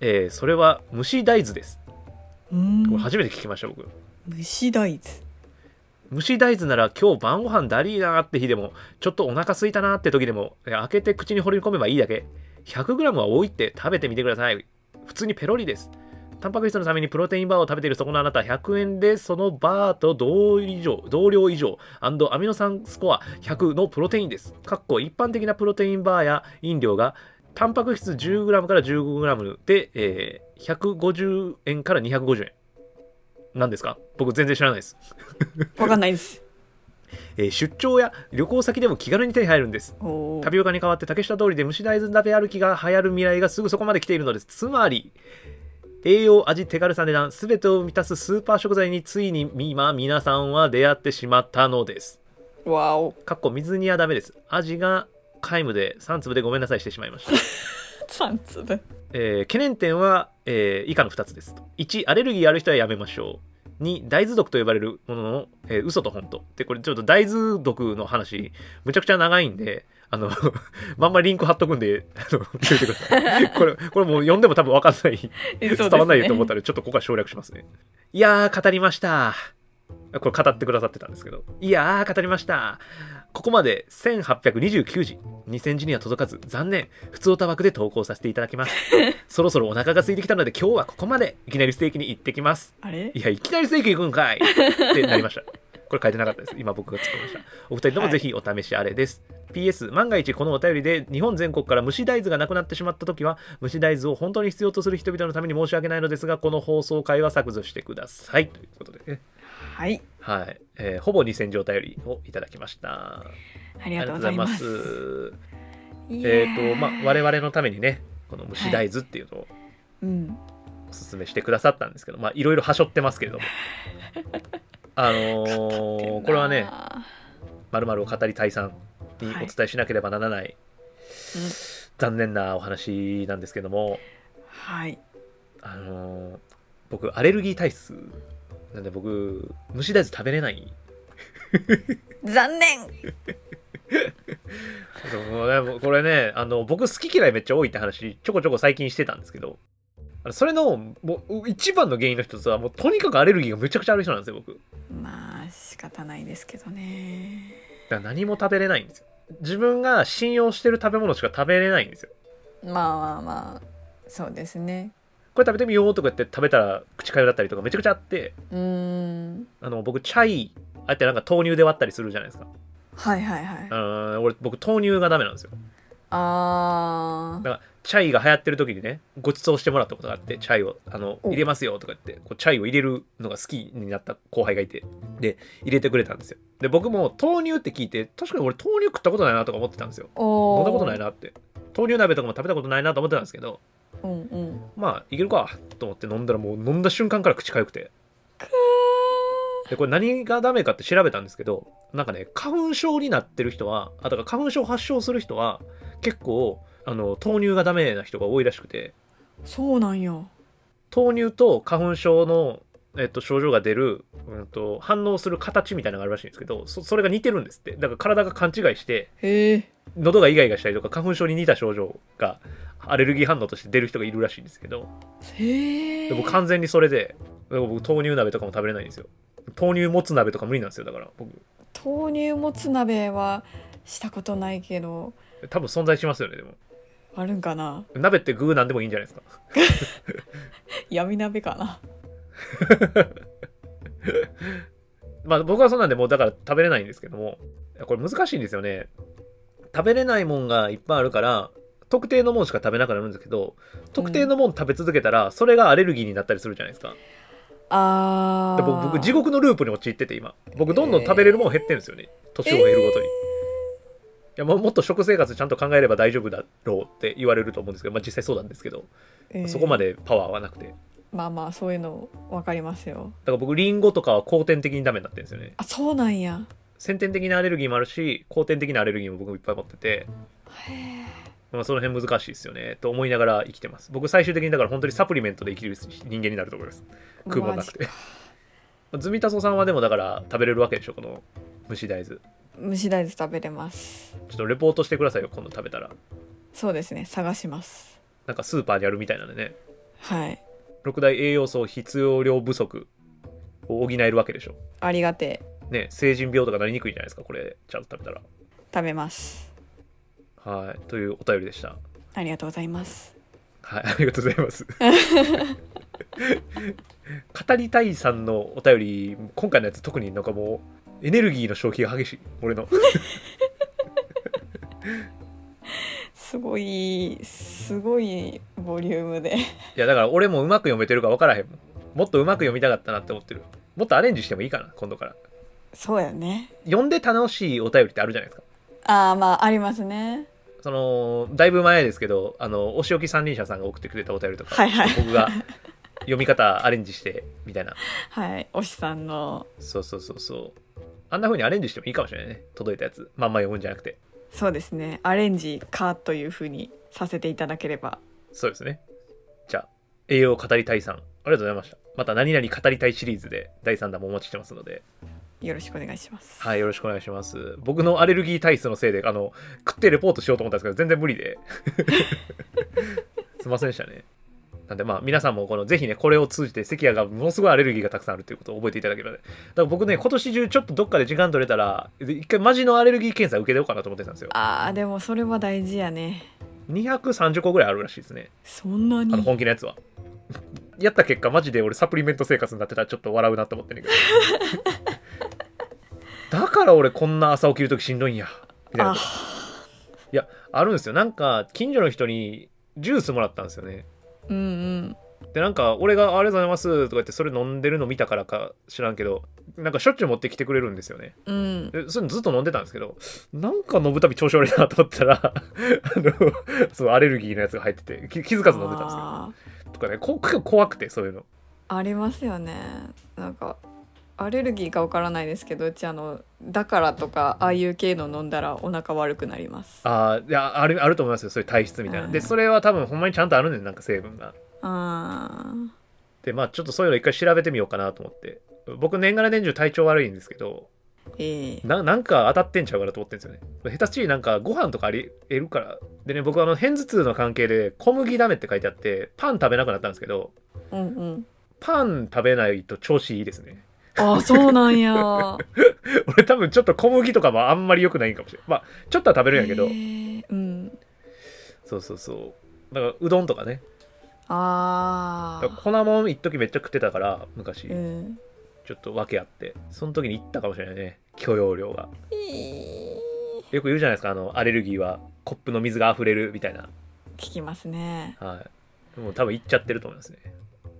えーそれは蒸し大豆ですうこれん初めて聞きました僕虫大豆蒸し大豆なら今日晩ご飯だりーなーって日でもちょっとお腹すいたなーって時でもえ開けて口に放り込めばいいだけ 100g は多いって食べてみてください普通にペロリですタンパク質のためにプロテインバーを食べているそこのあなた100円でそのバーと同以上同量以上アミノ酸スコア100のプロテインですかっこ一般的なプロテインバーや飲料がタンパク質 10g から 15g で、えー150円から250円なんですか僕全然知らないですわかんないですえー出張や旅行先でも気軽に手に入るんですおータピオカに代わって竹下通りで蒸し大豆鍋歩きが流行る未来がすぐそこまで来ているのですつまり栄養味手軽さ値段全てを満たすスーパー食材についに今皆さんは出会ってしまったのですわおかっこ水煮はダメです味が皆無で3粒でごめんなさいしてしまいました三粒えー懸念点は、えー以下の2つですと1アレルギーある人はやめましょう2大豆毒と呼ばれるものの、えー嘘と本当でこれちょっと大豆毒の話むちゃくちゃ長いんであの まんまリンク貼っとくんであの見といてくださいこれこれもう読んでも多分分かんない、えそ伝うですねわんないと思ったのでちょっとここは省略しますねいやー語りましたこれ語ってくださってたんですけどいやー語りましたここまで1829字2000字には届かず残念普通おた枠で投稿させていただ きますそろそろお腹が空いてきたので今日はここまでいきなりステーキに行ってきますあれいやいきなりステーキ行くんかいってなりましたこれ書いてなかったです今僕が作りましたお二人ともぜひお試しあれです、PS 万が一このお便りで日本全国から蒸し大豆がなくなってしまった時は蒸し大豆を本当に必要とする人々のために申し訳ないのですがこの放送回は削除してくださいということでねはいはい、えーほぼ2000字お便りをいただきましたあありがとうございますりがとうございますいやえっ、ーとまあ我々のためにねこの蒸し大豆っていうのをうんおすすめしてくださったんですけど、まあいろいろはしょってますけれ どもあのーこれはねあまるまるを語り退散にお伝えしなければならない、うん残念なお話なんですけども、はいあのー僕アレルギー体質なんで僕蒸し大豆食べれない 残念もうねもうこれねあの僕好き嫌いめっちゃ多いって話ちょこちょこ最近してたんですけどあのそれのもう一番の原因の一つはもうとにかくアレルギーがめちゃくちゃある人なんですよ僕だかまあ仕方ないですけどねら何も食べれないんですよ自分が信用してる食べ物しか食べれないんですよまあまあまあそうですねこれ食べてみようとか言って食べたら口かゆだったりとかめちゃくちゃあってうーんあの僕チャイあえてなんか豆乳で割ったりするじゃないですかはいはいはいうん俺僕豆乳がダメなんですよあーだからチャイが流行ってる時にねごちそうしてもらったことがあってチャイをあのお入れますよとか言ってこうチャイを入れるのが好きになった後輩がいてで入れてくれたんですよで僕も豆乳って聞いて確かに俺豆乳食ったことないなとか思ってたんですよおー飲んだことないなって豆乳鍋とかも食べたことないなと思ってたんですけどうんうんまあいけるかと思って飲んだらもう飲んだ瞬間から口かゆくてでこれ何がダメかって調べたんですけどなんかね花粉症になってる人はあだから花粉症発症する人は結構あの豆乳がダメな人が多いらしくてそうなんよ豆乳と花粉症の、えっと、症状が出る、うん、と反応する形みたいなのがあるらしいんですけどそそれが似てるんですってだから体が勘違いしてへえ喉がイガイガしたりとか花粉症に似た症状がアレルギー反応として出る人がいるらしいんですけどへえで僕完全にそれでだから僕豆乳鍋とかも食べれないんですよ豆乳もつ鍋とか無理なんですよだから僕豆乳もつ鍋はしたことないけど多分存在しますよねでもあるんかな鍋って具なんでもいいんじゃないですか闇鍋かなまあ僕はそうなんでもうだから食べれないんですけどもこれ難しいんですよね食べれないもんがいっぱいあるから特定のもんしか食べなくなるんですけど特定のもん食べ続けたらそれがアレルギーになったりするじゃないですか、あでー僕僕地獄のループに陥ってて今僕どんどん食べれるもん減ってるんですよね、年を減るごとに、いやもうもっと食生活ちゃんと考えれば大丈夫だろうって言われると思うんですけど、まあ、実際そうなんですけど、えーそこまでパワーはなくてだまあまあそういうの分かりますよから僕リンゴとかは後天的にダメになってるんですよねあそうなんや先天的なアレルギーもあるし後天的なアレルギーも僕もいっぱい持ってて、へえまあ、その辺難しいですよねと思いながら生きてます僕最終的にだから本当にサプリメントで生きる人間になると思います食うもんなくてズミタソさんはでもだから食べれるわけでしょこの蒸し大豆ち蒸し大豆食べれますょっとレポートしてくださいよ今度食べたらそうですね探しますなんかスーパーにあるみたいなんでねはい六大栄養素必要量不足を補えるわけでしょありがてえね成人病とかなりにくいじゃないですかこれちゃんと食べたら食べますはいというお便りでしたありがとうございますはい、ありがとうございます。語りたいさんのお便り、今回のやつ特になんかもうエネルギーの消費が激しい、俺の。すごいすごいボリュームでいや、だから俺もうまく読めてるか分からへんもん。もっとうまく読みたかったなって思ってる。もっとアレンジしてもいいかな、今度から。そうやね読んで楽しいお便りってあるじゃないですか。ああまあありますねその、だいぶ前ですけど、あの、お仕置き三輪車さんが送ってくれたお便りとか、はいはいちょっと僕が読み方アレンジして、みたいな。はいおしさんのそうそうそうそう。あんな風にアレンジしてもいいかもしれないね。届いたやつ。まんま読むんじゃなくて。そうですねアレンジかというふうにさせていただければそうですね。じゃあ、栄養語りたいさん、ありがとうございました。また何々語りたいシリーズで第3弾もお待ちしてますので、よろしくお願いしますはい、よろしくお願いします。僕のアレルギー体質のせいで、あの、 食ってレポートしようと思ったんですけど、全然無理で。すいませんでしたね。なんでまあ皆さんもこのぜひねこれを通じて関谷がものすごいアレルギーがたくさんあるということを覚えていただければねだから僕ね今年中ちょっとどっかで時間取れたら一回マジのアレルギー検査受けてようかなと思ってたんですよあーでもそれは大事やね230個ぐらいあるらしいですねそんなあのに本気のやつはやった結果マジで俺サプリメント生活になってたらちょっと笑うなと思ってんねんけ どだから俺こんな朝起きる時しんどいんやみたいなあこといやあるんですよなんか近所の人にジュースもらったんですよねうんうんでなんか俺が「ありがとうございます」とか言ってそれ飲んでるの見たからか知らんけどなんかしょっちゅう持ってきてくれるんですよねうんでそれずっと飲んでたんですけどなんか飲むたび調子悪いなと思ったら あのそうアレルギーのやつが入ってて気気づかず飲んでたんですよあとかねこ結構怖くてそういうのーありますよねなんかアレルギーかわからないですけどうちあのだからとかああいう系の飲んだらお腹悪くなりますあーいやあるあると思いますよそういう体質みたいな、うんでそれは多分ほんまにちゃんとあるねんなんか成分があーでまあちょっとそういうの一回調べてみようかなと思って僕年がら年中体調悪いんですけどええななんか当たってんちゃうかなと思ってんですよね下手しいなんかご飯とかあり得るからでね僕あの片頭痛の関係で小麦ダメって書いてあってパン食べなくなったんですけどうんうんパン食べないと調子いいですね ああそうなんや俺多分ちょっと小麦とかもあんまり良くないんかもしれないまあちょっとは食べるんやけど、ええうんそうそうそうだからうどんとかねあだからあ粉もん一時めっちゃ食ってたから昔、うんちょっと訳あってその時に行ったかもしれないね許容量がええよく言うじゃないですかあのアレルギーはコップの水が溢れるみたいな聞きますねはいもう多分行っちゃってると思いますね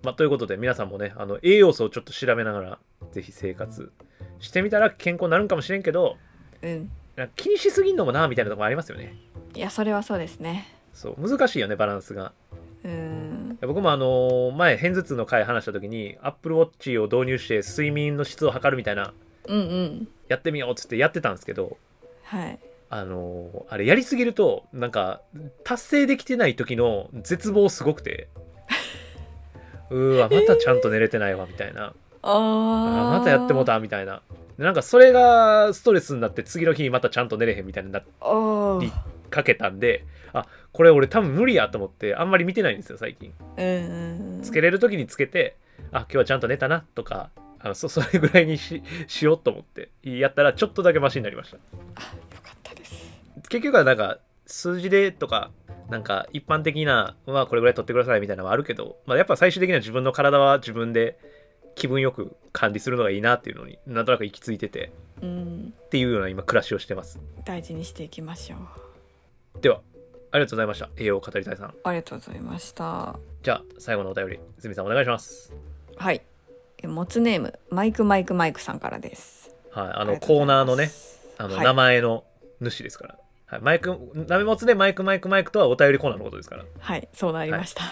まあということで皆さんもねあの栄養素をちょっと調べながらぜひ生活してみたら健康になるんかもしれんけどうんなんか気にしすぎんのもなみたいなとこもありますよねいやそれはそうですねそう難しいよねバランスがうん僕もあのー前片頭痛の回話した時に AppleWatch を導入して睡眠の質を測るみたいなうんうんやってみようっつってやってたんですけどはいあのーあれやりすぎるとなんか達成できてない時の絶望すごくて うーわまたちゃんと寝れてないわみたいな、あああーまたやってもうたみたいなでなんかそれがストレスになって次の日またちゃんと寝れへんみたいになっあーりかけたんであこれ俺多分無理やと思ってあんまり見てないんですよ最近うんうんうんつけれる時につけてあ今日はちゃんと寝たなとかあのそ それぐらいにししようと思ってやったらちょっとだけマシになりましたよかったです結局はなんか数字でとかなんか一般的なまあこれぐらい取ってくださいみたいなのはあるけど、まあ、やっぱ最終的には自分の体は自分で気分よく管理するのがいいなっていうのになんとなく行き着いててうんっていうような今暮らしをしてます大事にしていきましょうではありがとうございました栄養を語りたいさんありがとうございましたじゃあ最後のお便り泉さんお願いしますはいえモツネームマイクマイクマイクさんからですはいああのりがとうコーござナーいまのすねあの、はい名前の主ですから、はい、マイクなめもつでマイクマイクマイクとはお便りコーナーのことですからはいそうなりました、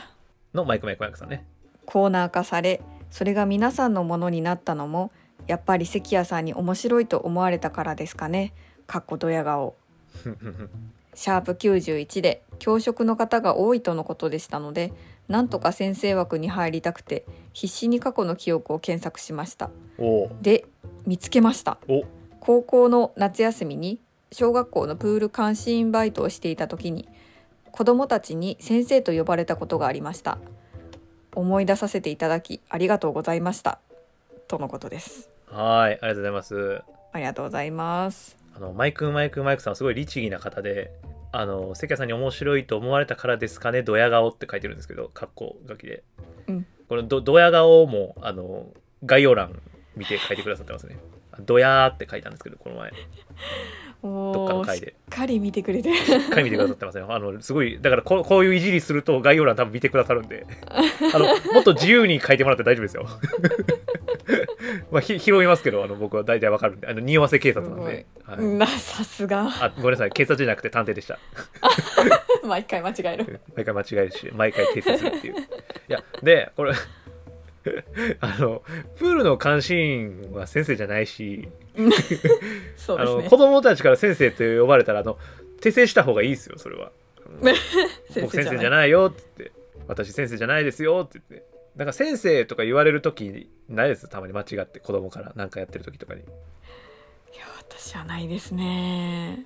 のマイクマイクマイクさんねコーナー化されそれが皆さんのものになったのもやっぱり関谷さんに面白いと思われたからですかねかっこドヤ顔ふんふんふんシャープ91で教職の方が多いとのことでしたのでなんとか先生枠に入りたくて必死に過去の記憶を検索しましたおうで見つけましたお高校の夏休みに小学校のプール監視員バイトをしていた時に子どもたちに先生と呼ばれたことがありました思い出させていただきありがとうございましたとのことですはいありがとうございますありがとうございますあのマイクマイクマイクさんはすごい律儀な方であの関谷さんに面白いと思われたからですかねドヤ顔って書いてるんですけど格好書きで、うんこのドドヤ顔もあの概要欄見て書いてくださってますねドヤーって書いたんですけどこの前どっかのおー回しっでかり見てくれてるしっかり見てくださってますねあのすごいだからこうこういういじりすると概要欄多分見てくださるんであのもっと自由に書いてもらって大丈 夫ですよまあひ拾いますけどあの僕は大体わかるんであの匂わせ警察なんで、 はいなさすが あごめんなさい警察じゃなくて探偵でした毎回間違える毎回間違えるし毎回訂正するっていういやでこれ あのプールの監視員は先生じゃないし、そうあですのね子供たちから先生と呼ばれたらあの訂正した方がいいですよそれは僕先生じゃいないよって言って私先生じゃないですよって言ってなんか先生とか言われる時ないですたまに間違って子供から何かやってる時とかにいや私はないですね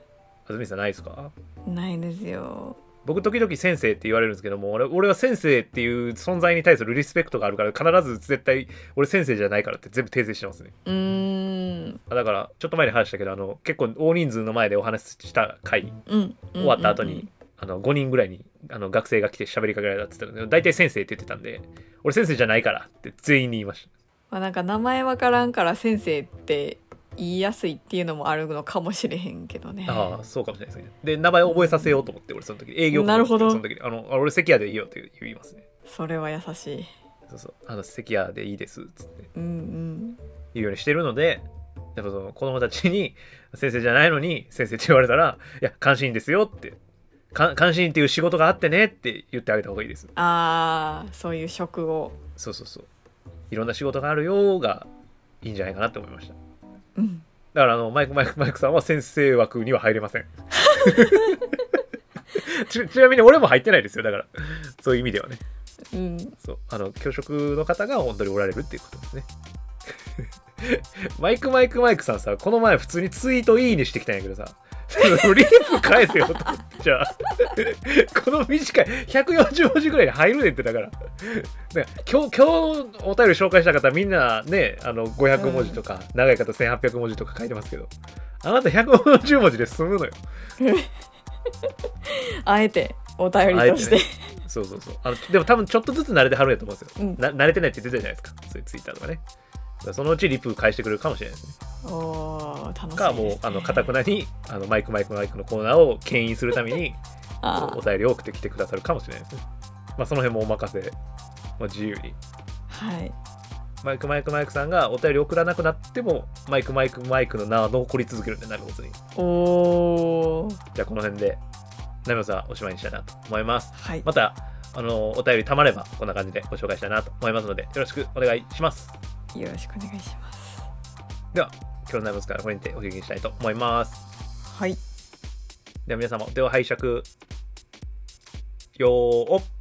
安住さんないですかないですよ僕時々先生って言われるんですけども俺俺は先生っていう存在に対するリスペクトがあるから必ず絶対俺先生じゃないからって全部訂正してますねうーんあだからちょっと前に話したけどあの結構大人数の前でお話しした回うん終わった後に、うんうんあの5人ぐらいにあの学生が来て喋りかけられたって言ったんだけど大体先生って言ってたんで俺先生じゃないからって全員に言いましたまあ、なんか名前わからんから先生って言いやすいっていうのもあるのかもしれへんけどねああそうかもしれないですねで名前を覚えさせようと思って俺その時営業部なるほどその時にあのあ俺関谷でいいよって言いますねそれは優しいそうそうあの関谷でいいですっつってうん言うようにしてるのでやっぱその子供たちに先生じゃないのに先生って言われたらいや関心ですよってか関心っていう仕事があってねって言ってあげた方がいいですうんああそういう職をそうそうそういろんな仕事があるよがいいんじゃないかなって思いましたうんだからあのマイクマイクマイクさんは先生枠には入れませんちちなみに俺も入ってないですよだからそういう意味ではねうんそうあの教職の方が本当におられるっていうことですね マイクマイクマイクさんさこの前普通にツイートいいにしてきたんやけどさ リプ返せよとじゃあ この短い140文字ぐらいに入るねってだから ね今日今日お便り紹介した方みんなねあの500文字とか、長い方1800文字とか書いてますけどあなた140文字で済むのよあえてお便りとしてあえそうそうそうあのでも多分ちょっとずつ慣れてはるんやと思うんですうよ、んな慣れてないって出てたじゃないですかそういうツイッターとかねだからそのうちリプ返してくれるかもしれないですねおー楽しみです、ね、かもうあのかたくなにあのマイクマイクマイクのコーナーを牽引するためにあおー便りを送ってきてくださるかもしれないですねまあその辺もお任せ、まあ、自由にはいマイクマイクマイクさんがお便り送らなくなってもマイクマイクマイクの名は残り続けるんでなるほどにおーじゃあこの辺でナミオさんおしまいにしたいなと思いますはいまたあのお便りたまればこんな感じでご紹介したいなと思いますのでよろしくお願いしますよろしくお願いしますでは今日のナイブスからこれにてお聞きしたいと思いますはいでは皆様お手を拝借よーおっ